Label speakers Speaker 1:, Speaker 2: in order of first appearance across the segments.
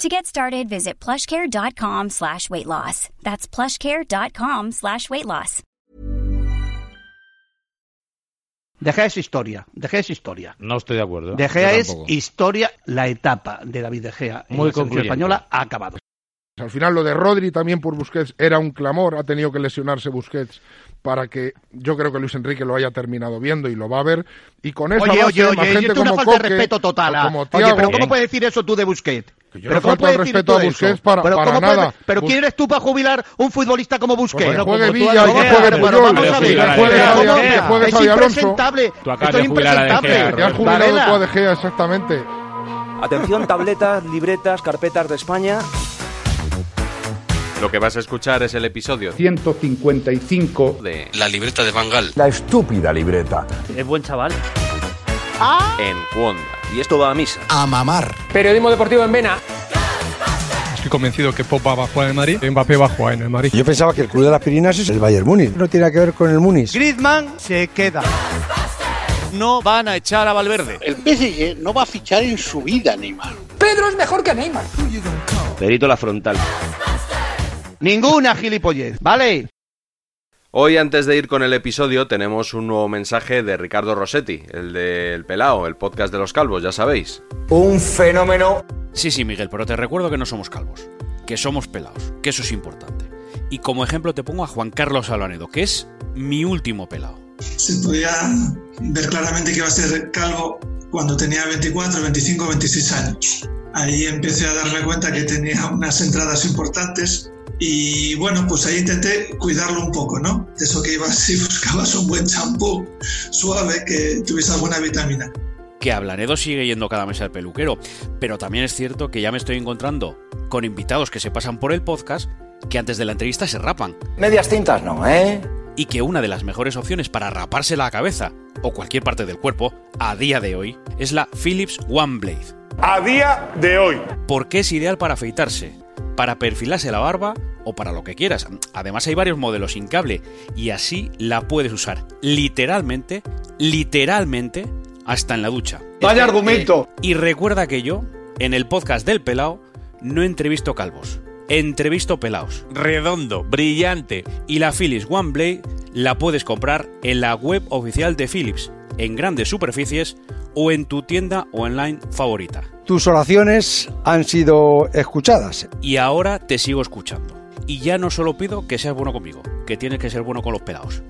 Speaker 1: To get started, visit plushcare.com slash weight loss. That's plushcare.com slash weight loss.
Speaker 2: Dejea es historia, Dejea es historia.
Speaker 3: No estoy de acuerdo. ¿eh?
Speaker 2: De Gea
Speaker 3: Yo
Speaker 2: es
Speaker 3: tampoco.
Speaker 2: historia, la etapa de David De Gea en
Speaker 3: Muy
Speaker 2: la selección
Speaker 3: concluyente.
Speaker 2: española ha acabado.
Speaker 4: Al final lo de Rodri también por Busquets era un clamor, ha tenido que lesionarse Busquets para que yo creo que Luis Enrique lo haya terminado viendo y lo va a ver y con esa
Speaker 5: Oye,
Speaker 4: base,
Speaker 5: oye,
Speaker 4: más
Speaker 5: oye,
Speaker 4: gente
Speaker 5: esto es una
Speaker 4: como
Speaker 5: falta de
Speaker 4: Coque,
Speaker 5: respeto total. ah.
Speaker 4: como
Speaker 5: oye,
Speaker 4: Thiago,
Speaker 5: pero ¿cómo
Speaker 4: que
Speaker 5: puedes decir eso tú de Busquets?
Speaker 4: yo
Speaker 5: pero
Speaker 4: no falto
Speaker 5: ¿cómo
Speaker 4: al
Speaker 5: puedes decir
Speaker 4: respeto
Speaker 5: tú
Speaker 4: a
Speaker 5: eso?
Speaker 4: Busquets para,
Speaker 5: pero,
Speaker 4: para
Speaker 5: ¿cómo
Speaker 4: nada.
Speaker 5: puedes- pero
Speaker 4: Bus-
Speaker 5: ¿quién eres tú para jubilar un futbolista como
Speaker 4: Pues
Speaker 5: Busquets?
Speaker 4: que
Speaker 5: Pero
Speaker 4: juegue
Speaker 5: como tú
Speaker 4: Villa y
Speaker 5: a De
Speaker 4: que
Speaker 5: Gea,
Speaker 4: juegue
Speaker 5: pero
Speaker 4: Puyol,
Speaker 5: vamos a
Speaker 3: que
Speaker 5: ver,
Speaker 3: juegue
Speaker 5: pero
Speaker 3: Xavi
Speaker 5: ¿cómo-
Speaker 4: Alonso, que juegue
Speaker 5: es
Speaker 4: Xavi Alonso.
Speaker 5: impresentable.
Speaker 3: Tú acabas
Speaker 5: Esto es
Speaker 3: de jubilar a De Gea,
Speaker 5: impresentable.
Speaker 4: ya has jubilado
Speaker 5: Varela.
Speaker 4: tú a De Gea, exactamente.
Speaker 6: Atención, tabletas, libretas, carpetas de España.
Speaker 7: Lo que vas a escuchar es el episodio
Speaker 8: 155
Speaker 7: de La libreta de Bangal
Speaker 9: La estúpida libreta.
Speaker 6: Es buen chaval.
Speaker 7: en Cuonda.
Speaker 6: Y esto va a misa.
Speaker 9: A mamar.
Speaker 6: Periodismo deportivo en Vena.
Speaker 8: Estoy convencido que Pop va a jugar en el Madrid, Mbappé va a jugar en el Madrid.
Speaker 9: Yo pensaba que el club de las Pirinas es el Bayern Múnich. No tiene nada que ver con el Múnich.
Speaker 5: Griezmann se queda.
Speaker 3: No van a echar a Valverde.
Speaker 2: El PSG E no va a fichar en su vida, Neymar.
Speaker 6: Perito la frontal.
Speaker 5: Ninguna gilipollez, ¿vale?
Speaker 7: Hoy, antes de ir con el episodio, tenemos un nuevo mensaje de Ricardo Rossetti, el del Pelao, el podcast de los calvos, ya sabéis.
Speaker 9: Un fenómeno.
Speaker 6: Sí, sí, Miguel, pero te recuerdo que no somos calvos, que somos pelados, que eso es importante. Y como ejemplo te pongo a Juan Carlos Albanedo, que es mi último pelado.
Speaker 8: Se podía ver claramente que iba a ser calvo cuando tenía 24, 25, 26 años. Ahí empecé a darme cuenta que tenía unas entradas importantes y bueno, pues ahí intenté cuidarlo un poco, ¿no? De Eso que ibas y buscabas un buen champú suave que tuviese alguna vitamina.
Speaker 6: Que Ablanedo sigue yendo cada mes al peluquero, pero también es cierto que ya me estoy encontrando con invitados que se pasan por el podcast que antes de la entrevista se rapan.
Speaker 9: Medias tintas no, ¿eh?
Speaker 6: Y que una de las mejores opciones para raparse la cabeza o cualquier parte del cuerpo a día de hoy es la Philips One Blade.
Speaker 8: A día de hoy.
Speaker 6: porque es ideal para afeitarse, para perfilarse la barba o para lo que quieras. Además hay varios modelos sin cable y así la puedes usar literalmente, literalmente, hasta en la ducha.
Speaker 5: Vaya argumento.
Speaker 6: Y recuerda que yo, en el podcast del Pelao, no entrevisto calvos, entrevisto pelaos.
Speaker 3: Redondo, brillante.
Speaker 6: Y la Philips One Blade la puedes comprar en la web oficial de Philips, en grandes superficies o en tu tienda online favorita.
Speaker 9: Tus oraciones han sido escuchadas.
Speaker 6: y ahora te sigo escuchando. Y ya no solo pido que seas bueno conmigo, que tienes que ser bueno con los pelados.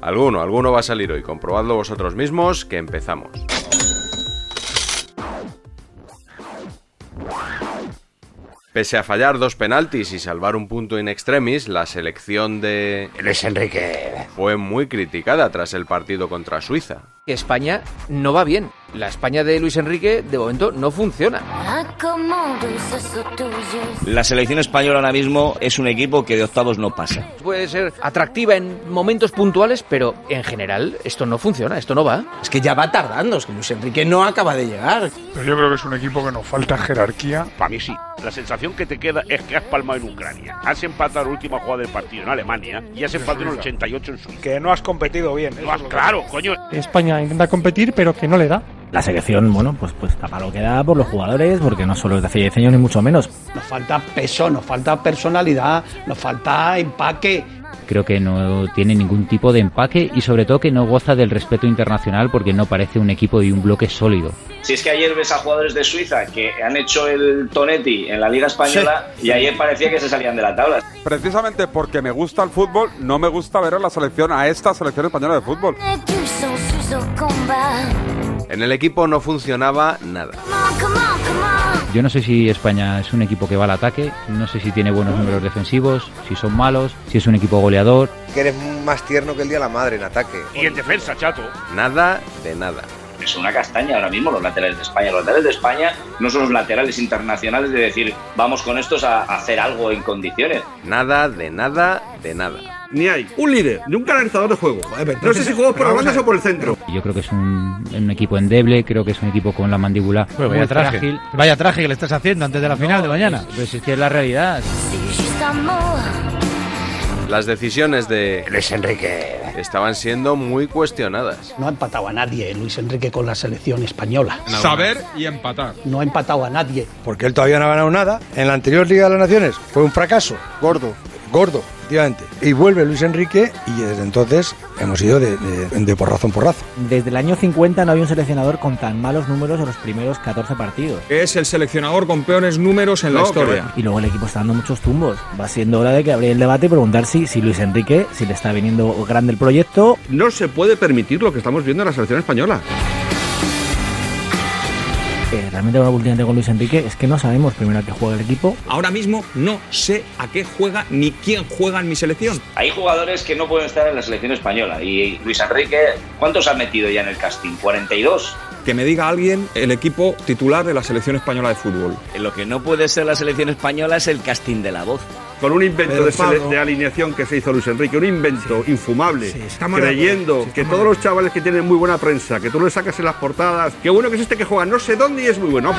Speaker 7: Alguno, alguno va a salir hoy, comprobadlo vosotros mismos, que empezamos. Pese a fallar dos penaltis y salvar un punto in extremis, la selección de
Speaker 9: Luis Enrique.
Speaker 7: fue muy criticada tras el partido contra Suiza.
Speaker 6: España no va bien. La España de Luis Enrique de momento no funciona.
Speaker 8: La selección española ahora mismo es un equipo que de octavos no pasa.
Speaker 6: Puede ser atractiva en momentos puntuales, pero en general esto no funciona, esto no va.
Speaker 5: Es que ya va tardando, es que Luis Enrique no acaba de llegar.
Speaker 8: Pero yo creo que es un equipo que nos falta jerarquía.
Speaker 2: Para mí sí. La sensación que te queda es que has palmado en Ucrania. Has empatado la última jugada del partido en Alemania y has empatado en el 88 en Suiza. Que no has competido bien. No has, claro, coño.
Speaker 8: España intenta competir, pero que no le da.
Speaker 6: La selección, bueno, pues, pues tapa lo que da por los jugadores, porque no solo es de selección ni mucho menos.
Speaker 2: Nos falta peso, nos falta personalidad, nos falta empaque.
Speaker 10: Creo que no tiene ningún tipo de empaque y sobre todo que no goza del respeto internacional porque no parece un equipo y un bloque sólido.
Speaker 11: Si es que ayer ves a jugadores de Suiza que han hecho el Tonetti en la Liga Española y ayer parecía que se salían de la tabla.
Speaker 12: Precisamente porque me gusta el fútbol, no me gusta ver a la selección, a esta selección española de fútbol.
Speaker 7: En el equipo no funcionaba nada.
Speaker 10: Yo no sé si España es un equipo que va al ataque, no sé si tiene buenos números defensivos, si son malos, si es un equipo goleador.
Speaker 13: Que eres más tierno que el día de la madre en ataque.
Speaker 14: Y en defensa, chato.
Speaker 7: Nada de nada.
Speaker 11: Es una castaña ahora mismo los laterales de España. Los laterales de España no son los laterales internacionales de decir vamos con estos a hacer algo en condiciones.
Speaker 7: Nada de nada de nada.
Speaker 11: Ni hay.
Speaker 15: Un líder, de un canalizador de juego. No sé si jugamos por las bandas o por el centro.
Speaker 10: Yo creo que es un, un equipo endeble, creo que es un equipo con la mandíbula muy frágil.
Speaker 5: Vaya traje que le estás haciendo antes de la final de mañana.
Speaker 10: Pues es que es la realidad.
Speaker 7: Las decisiones de Luis Enrique estaban siendo muy cuestionadas.
Speaker 16: No ha empatado a nadie Luis Enrique con la selección española.
Speaker 12: Saber y empatar.
Speaker 16: No ha empatado a nadie.
Speaker 9: Porque él todavía no ha ganado nada. En la anterior Liga de las Naciones fue un fracaso. Gordo, gordo, efectivamente. Y vuelve Luis Enrique y desde entonces hemos ido de, de- de porrazo en porrazo.
Speaker 17: Desde el año 50 no había un seleccionador con tan malos números en los primeros 14 partidos.
Speaker 15: Es el seleccionador con peores números en la historia.
Speaker 17: Y luego el equipo está dando muchos tumbos. Va siendo hora de que abrir el debate y preguntar si, si Luis Enrique, si le está viniendo grande el proyecto.
Speaker 15: No se puede permitir lo que estamos viendo en la selección española.
Speaker 17: Eh, realmente lo que últimamente con Luis Enrique es que no sabemos primero a qué juega el equipo.
Speaker 15: Ahora mismo no sé a qué juega ni quién juega en mi selección.
Speaker 11: Hay jugadores que no pueden estar en la selección española. Y eh, Luis Enrique, ¿cuántos ha metido ya en el casting? ¿42?
Speaker 15: Que me diga alguien el equipo titular de la selección española de fútbol.
Speaker 18: Lo que no puede ser la selección española es el casting de la voz.
Speaker 8: Con un invento de,
Speaker 18: Mercado.
Speaker 8: sele- de alineación que se hizo Luis Enrique, un invento infumable,
Speaker 15: estamos de
Speaker 8: creyendo que todos los chavales que tienen muy buena prensa, que tú le sacas en las portadas, qué bueno que es este que juega no sé dónde y es muy bueno.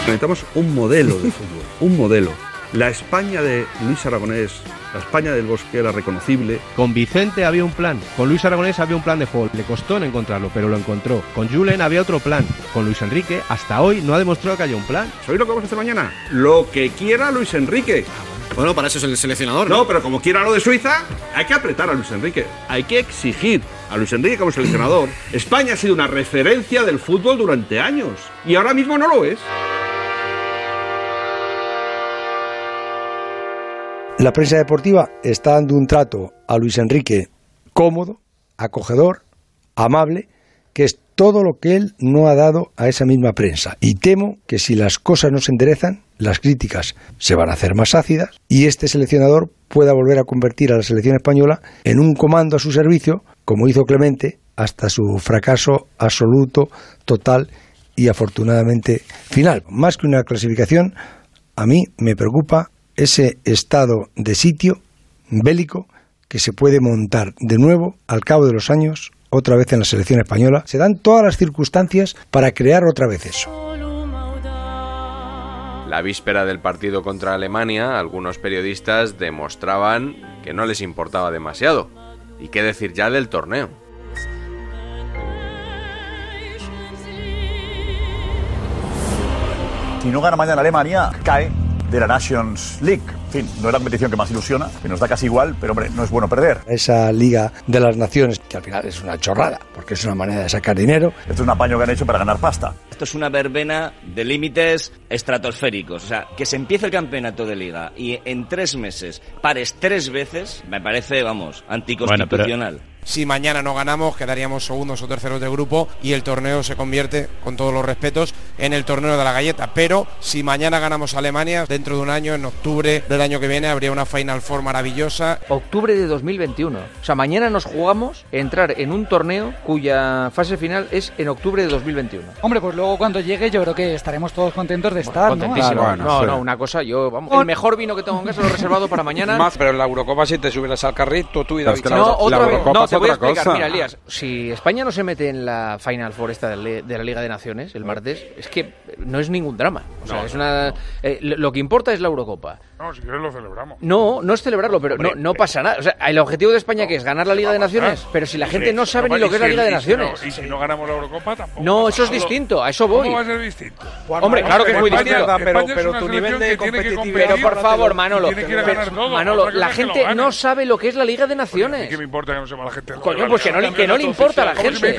Speaker 8: Necesitamos un modelo de fútbol, un modelo. La España de Luis Aragonés, la España del Bosque era reconocible.
Speaker 19: Con Vicente había un plan, con Luis Aragonés había un plan de juego, le costó en encontrarlo, pero lo encontró. Con Julen había otro plan, con Luis Enrique hasta hoy no ha demostrado que haya un plan.
Speaker 8: ¿Sabéis lo que vamos a hacer mañana? Lo que quiera Luis Enrique.
Speaker 19: Ah,
Speaker 8: Bueno, para eso es el seleccionador. No, pero como quiera lo de Suiza, hay que apretar a Luis Enrique. Hay que exigir a Luis Enrique como seleccionador. España ha sido una referencia del fútbol durante años. Y ahora mismo no lo es.
Speaker 9: La prensa deportiva está dando un trato a Luis Enrique cómodo, acogedor, amable, que es todo lo que él no ha dado a esa misma prensa. Y temo que si las cosas no se enderezan, las críticas se van a hacer más ácidas y este seleccionador pueda volver a convertir a la selección española en un comando a su servicio, como hizo Clemente, hasta su fracaso absoluto, total y afortunadamente final. Más que una clasificación, a mí me preocupa ese estado de sitio bélico que se puede montar de nuevo al cabo de los años otra vez en la selección española. Se dan todas las circunstancias para crear otra vez eso.
Speaker 7: La víspera del partido contra Alemania, algunos periodistas demostraban que no les importaba demasiado. Y qué decir ya del torneo.
Speaker 20: Si no gana mañana Alemania, cae de la Nations League. En fin, no es la competición que más ilusiona, que nos da casi igual, pero hombre, no es bueno perder.
Speaker 9: Esa Liga de las Naciones, que al final es una chorrada, porque es una manera de sacar dinero.
Speaker 20: Esto es un apaño que han hecho para ganar pasta.
Speaker 18: Esto es una verbena de límites estratosféricos. O sea, que se empiece el campeonato de liga y en tres meses pares tres veces, me parece, vamos, anticonstitucional.
Speaker 21: Si mañana no ganamos, quedaríamos segundos o terceros del grupo y el torneo se convierte, con todos los respetos, en el torneo de la galleta. Pero si mañana ganamos a Alemania, dentro de un año, en octubre del año que viene, habría una Final Four maravillosa.
Speaker 2: Octubre de 2021. O sea, mañana nos jugamos entrar en un torneo cuya fase final es en octubre de 2021.
Speaker 22: Hombre, pues luego cuando llegue yo creo que estaremos todos contentos de estar, ¿no?
Speaker 2: Contentísimo.
Speaker 22: Claro.
Speaker 2: no, no, una cosa, yo, vamos, el mejor vino que tengo en casa lo he reservado para mañana.
Speaker 23: Más, pero en la Eurocopa si te subes al carrito tú y
Speaker 21: Pero es
Speaker 23: David.
Speaker 21: que la- No, la otra vez. Eurocopa No,
Speaker 8: pasa
Speaker 2: te voy a
Speaker 8: otra
Speaker 2: explicar.
Speaker 8: cosa.
Speaker 2: Mira, Elías, si España no se mete en la Final Four esta de, le- de la Liga de Naciones el martes, es que no es ningún drama. O sea,
Speaker 24: No,
Speaker 2: es
Speaker 24: no,
Speaker 2: una, eh, lo lo que importa es la Eurocopa.
Speaker 24: No, si quieres lo celebramos.
Speaker 2: No, no es celebrarlo, pero no, no pasa nada. O sea, el objetivo de España que es ganar la Liga de Naciones, pero si la gente no sabe ni lo que es la Liga de Naciones.
Speaker 24: Y si no ganamos la Eurocopa, tampoco.
Speaker 2: No, eso es distinto, a eso voy.
Speaker 24: ¿Cómo va a ser distinto?
Speaker 2: Hombre, claro que es muy
Speaker 24: España-
Speaker 2: distinto.
Speaker 24: España es una selección que tiene que competir,
Speaker 2: Pero por favor, Manolo,
Speaker 24: tiene que ir a
Speaker 2: pero-
Speaker 24: ganar todo,
Speaker 2: Manolo,
Speaker 24: otra cosa
Speaker 2: la
Speaker 24: es que lo
Speaker 2: gente
Speaker 24: gane.
Speaker 2: no sabe lo que es la Liga de
Speaker 24: ¿Y
Speaker 2: Naciones.
Speaker 24: qué me importa que no sepa la gente?
Speaker 2: Coño, pues que no le, que no le importa a la gente.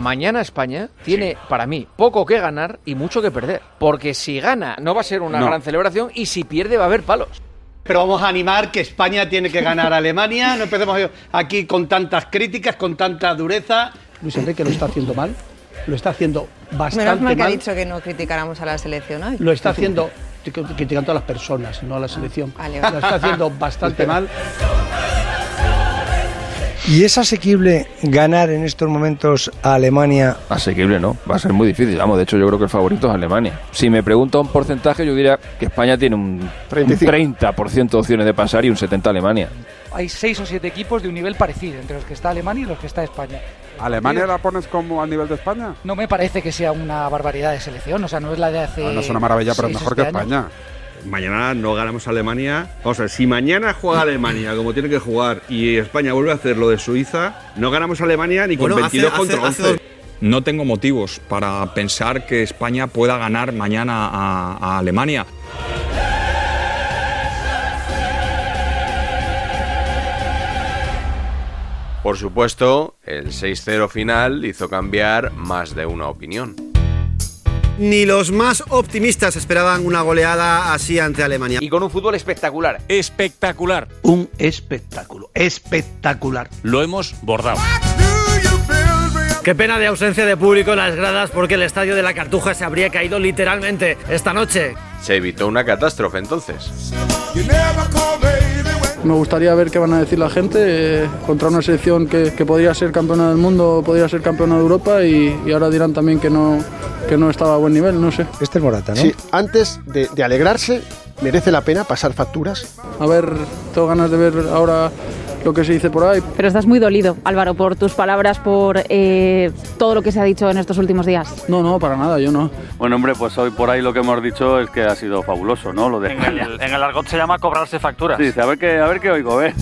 Speaker 2: Mañana España tiene, para mí, poco que ganar y mucho que perder. Porque si gana, no va a ser una
Speaker 16: No.
Speaker 2: gran celebración y si pierde, va a haber palos.
Speaker 16: Pero vamos a animar que España tiene que ganar a Alemania. No empecemos aquí con tantas críticas, con tanta dureza. Luis Enrique lo está haciendo mal. Lo está haciendo
Speaker 1: Menos
Speaker 16: bastante
Speaker 1: mal que ha
Speaker 16: mal.
Speaker 1: dicho que no criticáramos a la selección hoy.
Speaker 16: Lo está haciendo estoy criticando a las personas, no a la selección.
Speaker 1: Vale, vale.
Speaker 16: Lo está haciendo bastante mal.
Speaker 9: ¿Y es asequible ganar en estos momentos a Alemania?
Speaker 3: Asequible no, va a ser muy difícil. Vamos, de hecho yo creo que el favorito es Alemania. Si me pregunta un porcentaje, yo diría que España tiene un, 30% de opciones de pasar y un 70% Alemania.
Speaker 22: Hay seis o siete equipos de un nivel parecido, entre los que está Alemania y los que está España.
Speaker 12: ¿Alemania la pones como al nivel de España?
Speaker 22: No me parece que sea una barbaridad de selección, o sea, no es la de hace.
Speaker 12: Ah, no es una maravilla, pero
Speaker 22: seis,
Speaker 12: mejor que
Speaker 22: siete años.
Speaker 12: España.
Speaker 8: Mañana no ganamos a Alemania. Vamos a ver, si mañana juega Alemania como tiene que jugar y España vuelve a hacer lo de Suiza, no ganamos a Alemania ni con
Speaker 25: Bueno, hace-
Speaker 8: 22
Speaker 25: hace-
Speaker 8: contra
Speaker 25: hace
Speaker 8: 11.
Speaker 25: dos- No tengo motivos para pensar que España pueda ganar mañana a, a Alemania.
Speaker 7: Por supuesto, el 6-0 final hizo cambiar más de una opinión.
Speaker 26: Ni los más optimistas esperaban una goleada así ante Alemania.
Speaker 2: Y con un fútbol espectacular.
Speaker 16: Espectacular. Un espectáculo. Espectacular.
Speaker 6: Lo hemos bordado.
Speaker 23: Qué pena de ausencia de público en las gradas porque el estadio de la Cartuja se habría caído literalmente esta noche.
Speaker 7: Se evitó una catástrofe entonces.
Speaker 27: Me gustaría ver qué van a decir la gente eh, contra una selección que, que podría ser campeona del mundo, podría ser campeona de Europa y, y ahora dirán también que no, que no estaba a buen nivel, no sé.
Speaker 9: Este es Morata, ¿no?
Speaker 4: Sí, antes de, de alegrarse, merece la pena pasar facturas.
Speaker 27: A ver, tengo ganas de ver ahora lo que se dice por ahí.
Speaker 28: Pero estás muy dolido, Álvaro, por tus palabras, por eh, todo lo que se ha dicho en estos últimos días.
Speaker 27: No, no, para nada, yo no.
Speaker 4: Bueno, hombre, pues hoy por ahí lo que hemos dicho es que ha sido fabuloso, ¿no? Lo de España.
Speaker 23: En el argot se llama cobrarse facturas.
Speaker 4: Sí, dice, a ver qué, a ver qué oigo, ¿eh?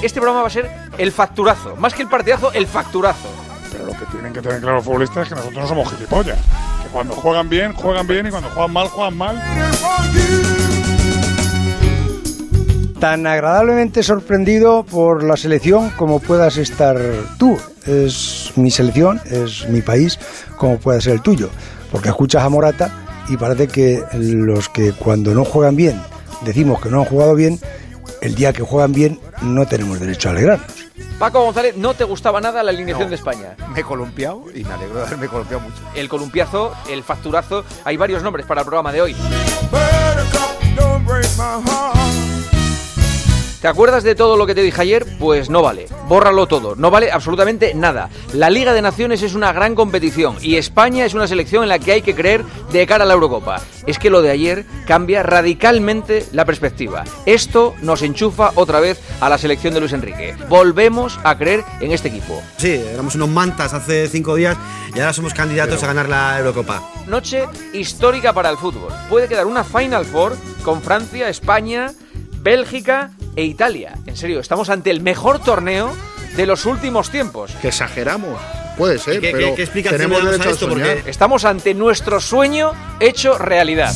Speaker 2: Este programa va a ser el facturazo. Más que el partidazo, el facturazo.
Speaker 24: Pero lo que tienen que tener claro los futbolistas es que nosotros no somos gilipollas. Que cuando juegan bien, juegan bien y cuando juegan mal, juegan mal.
Speaker 9: Tan agradablemente sorprendido por la selección como puedas estar tú. Es mi selección, es mi país, como pueda ser el tuyo. Porque escuchas a Morata y parece que los que cuando no juegan bien decimos que no han jugado bien, el día que juegan bien no tenemos derecho a alegrarnos.
Speaker 2: Paco González, no te gustaba nada la alineación de España.
Speaker 13: Me he columpiado y me alegro de haberme columpiado mucho.
Speaker 2: El columpiazo, el facturazo, hay varios nombres para el programa de hoy. ¿Te acuerdas de todo lo que te dije ayer? Pues no vale. Bórralo todo. No vale absolutamente nada. La Liga de Naciones es una gran competición y España es una selección en la que hay que creer de cara a la Eurocopa. Es que lo de ayer cambia radicalmente la perspectiva. Esto nos enchufa otra vez a la selección de Luis Enrique. Volvemos a creer en este equipo.
Speaker 26: Sí, éramos unos mantas hace cinco días y ahora somos candidatos a ganar la Eurocopa.
Speaker 2: Noche histórica para el fútbol. Puede quedar una Final Four con Francia, España, Bélgica e Italia. En serio, estamos ante el mejor torneo de los últimos tiempos.
Speaker 4: Que exageramos. Puede ser,
Speaker 2: ¿Qué- qué-
Speaker 4: pero
Speaker 2: qué explicación
Speaker 4: tenemos
Speaker 2: le damos
Speaker 4: derecho
Speaker 2: a
Speaker 4: a,
Speaker 2: esto?
Speaker 4: soñar.
Speaker 2: Porque estamos ante nuestro sueño hecho realidad.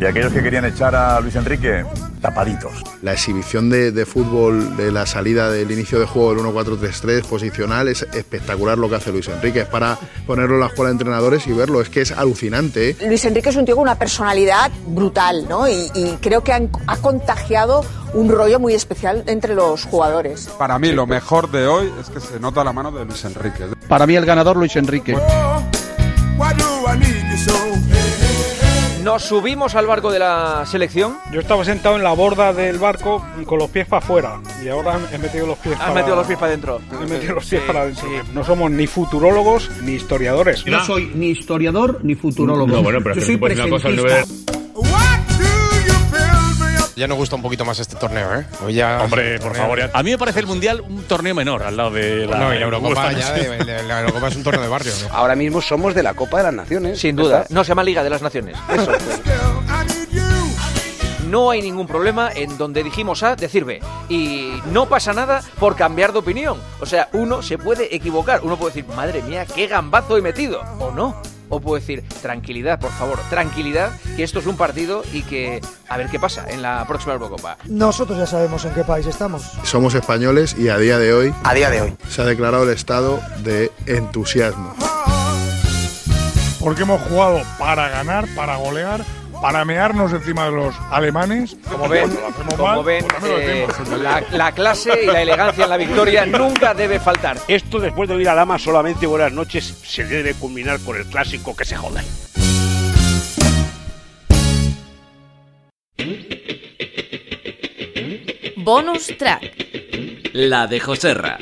Speaker 20: Y aquellos que querían echar a Luis Enrique, tapaditos.
Speaker 4: La exhibición de, de fútbol, de la salida del inicio de juego del 1-4-3-3 posicional, es espectacular lo que hace Luis Enrique. Es para ponerlo en la escuela de entrenadores y verlo. Es que es alucinante. ¿eh?
Speaker 28: Luis Enrique es un tío con una personalidad brutal, ¿no? Y, y creo que han- ha contagiado un rollo muy especial entre los jugadores.
Speaker 12: Para mí lo mejor de hoy es que se nota la mano de Luis Enrique.
Speaker 27: Para mí el ganador Luis Enrique.
Speaker 2: Nos subimos al barco de la selección.
Speaker 14: Yo estaba sentado en la borda del barco con los pies para afuera y ahora he metido los pies
Speaker 2: Has
Speaker 14: para
Speaker 2: metido los pies para adentro.
Speaker 14: He metido los pies para adentro. No somos ni futurólogos ni historiadores.
Speaker 16: Yo no soy ni historiador ni futurólogo.
Speaker 14: No, bueno, pero
Speaker 16: Yo
Speaker 14: es que
Speaker 16: soy
Speaker 14: tú puedes decir una cosa al
Speaker 16: presentista.
Speaker 21: Ya nos gusta un poquito más este torneo, ¿eh? Hoy ya-
Speaker 29: Hombre, por favor. ya- A mí me parece el Mundial un torneo menor al lado de la,
Speaker 21: No, y la Eurocopa
Speaker 29: UEFA,
Speaker 21: ya,
Speaker 29: ¿no?
Speaker 21: de- de- la Eurocopa es un torneo de barrio. ¿no?
Speaker 2: Ahora mismo somos de la Copa de las Naciones. Sin duda. No se llama Liga de las Naciones. Eso. No hay ningún problema en donde dijimos A, decir B. Y no pasa nada por cambiar de opinión. O sea, uno se puede equivocar. Uno puede decir, madre mía, qué gambazo he metido. O no. O puede decir, tranquilidad, por favor, tranquilidad, que esto es un partido y que a ver qué pasa en la próxima Eurocopa.
Speaker 10: Nosotros ya sabemos en qué país estamos.
Speaker 4: Somos españoles y a día de hoy.
Speaker 10: A día de hoy.
Speaker 4: Se ha declarado el estado de entusiasmo.
Speaker 24: Porque hemos jugado para ganar, para golear, para mearnos encima de los alemanes.
Speaker 2: Como ven,
Speaker 24: Cuando lo hacemos
Speaker 2: como
Speaker 24: mal,
Speaker 2: ven,
Speaker 24: pues también lo
Speaker 2: eh,
Speaker 24: decimos.
Speaker 2: la, la clase y la elegancia en la victoria nunca debe faltar.
Speaker 11: Esto después de oír a Lama solamente buenas noches se debe culminar con el clásico que se joda.
Speaker 28: Bonus track.
Speaker 15: La de Joserra.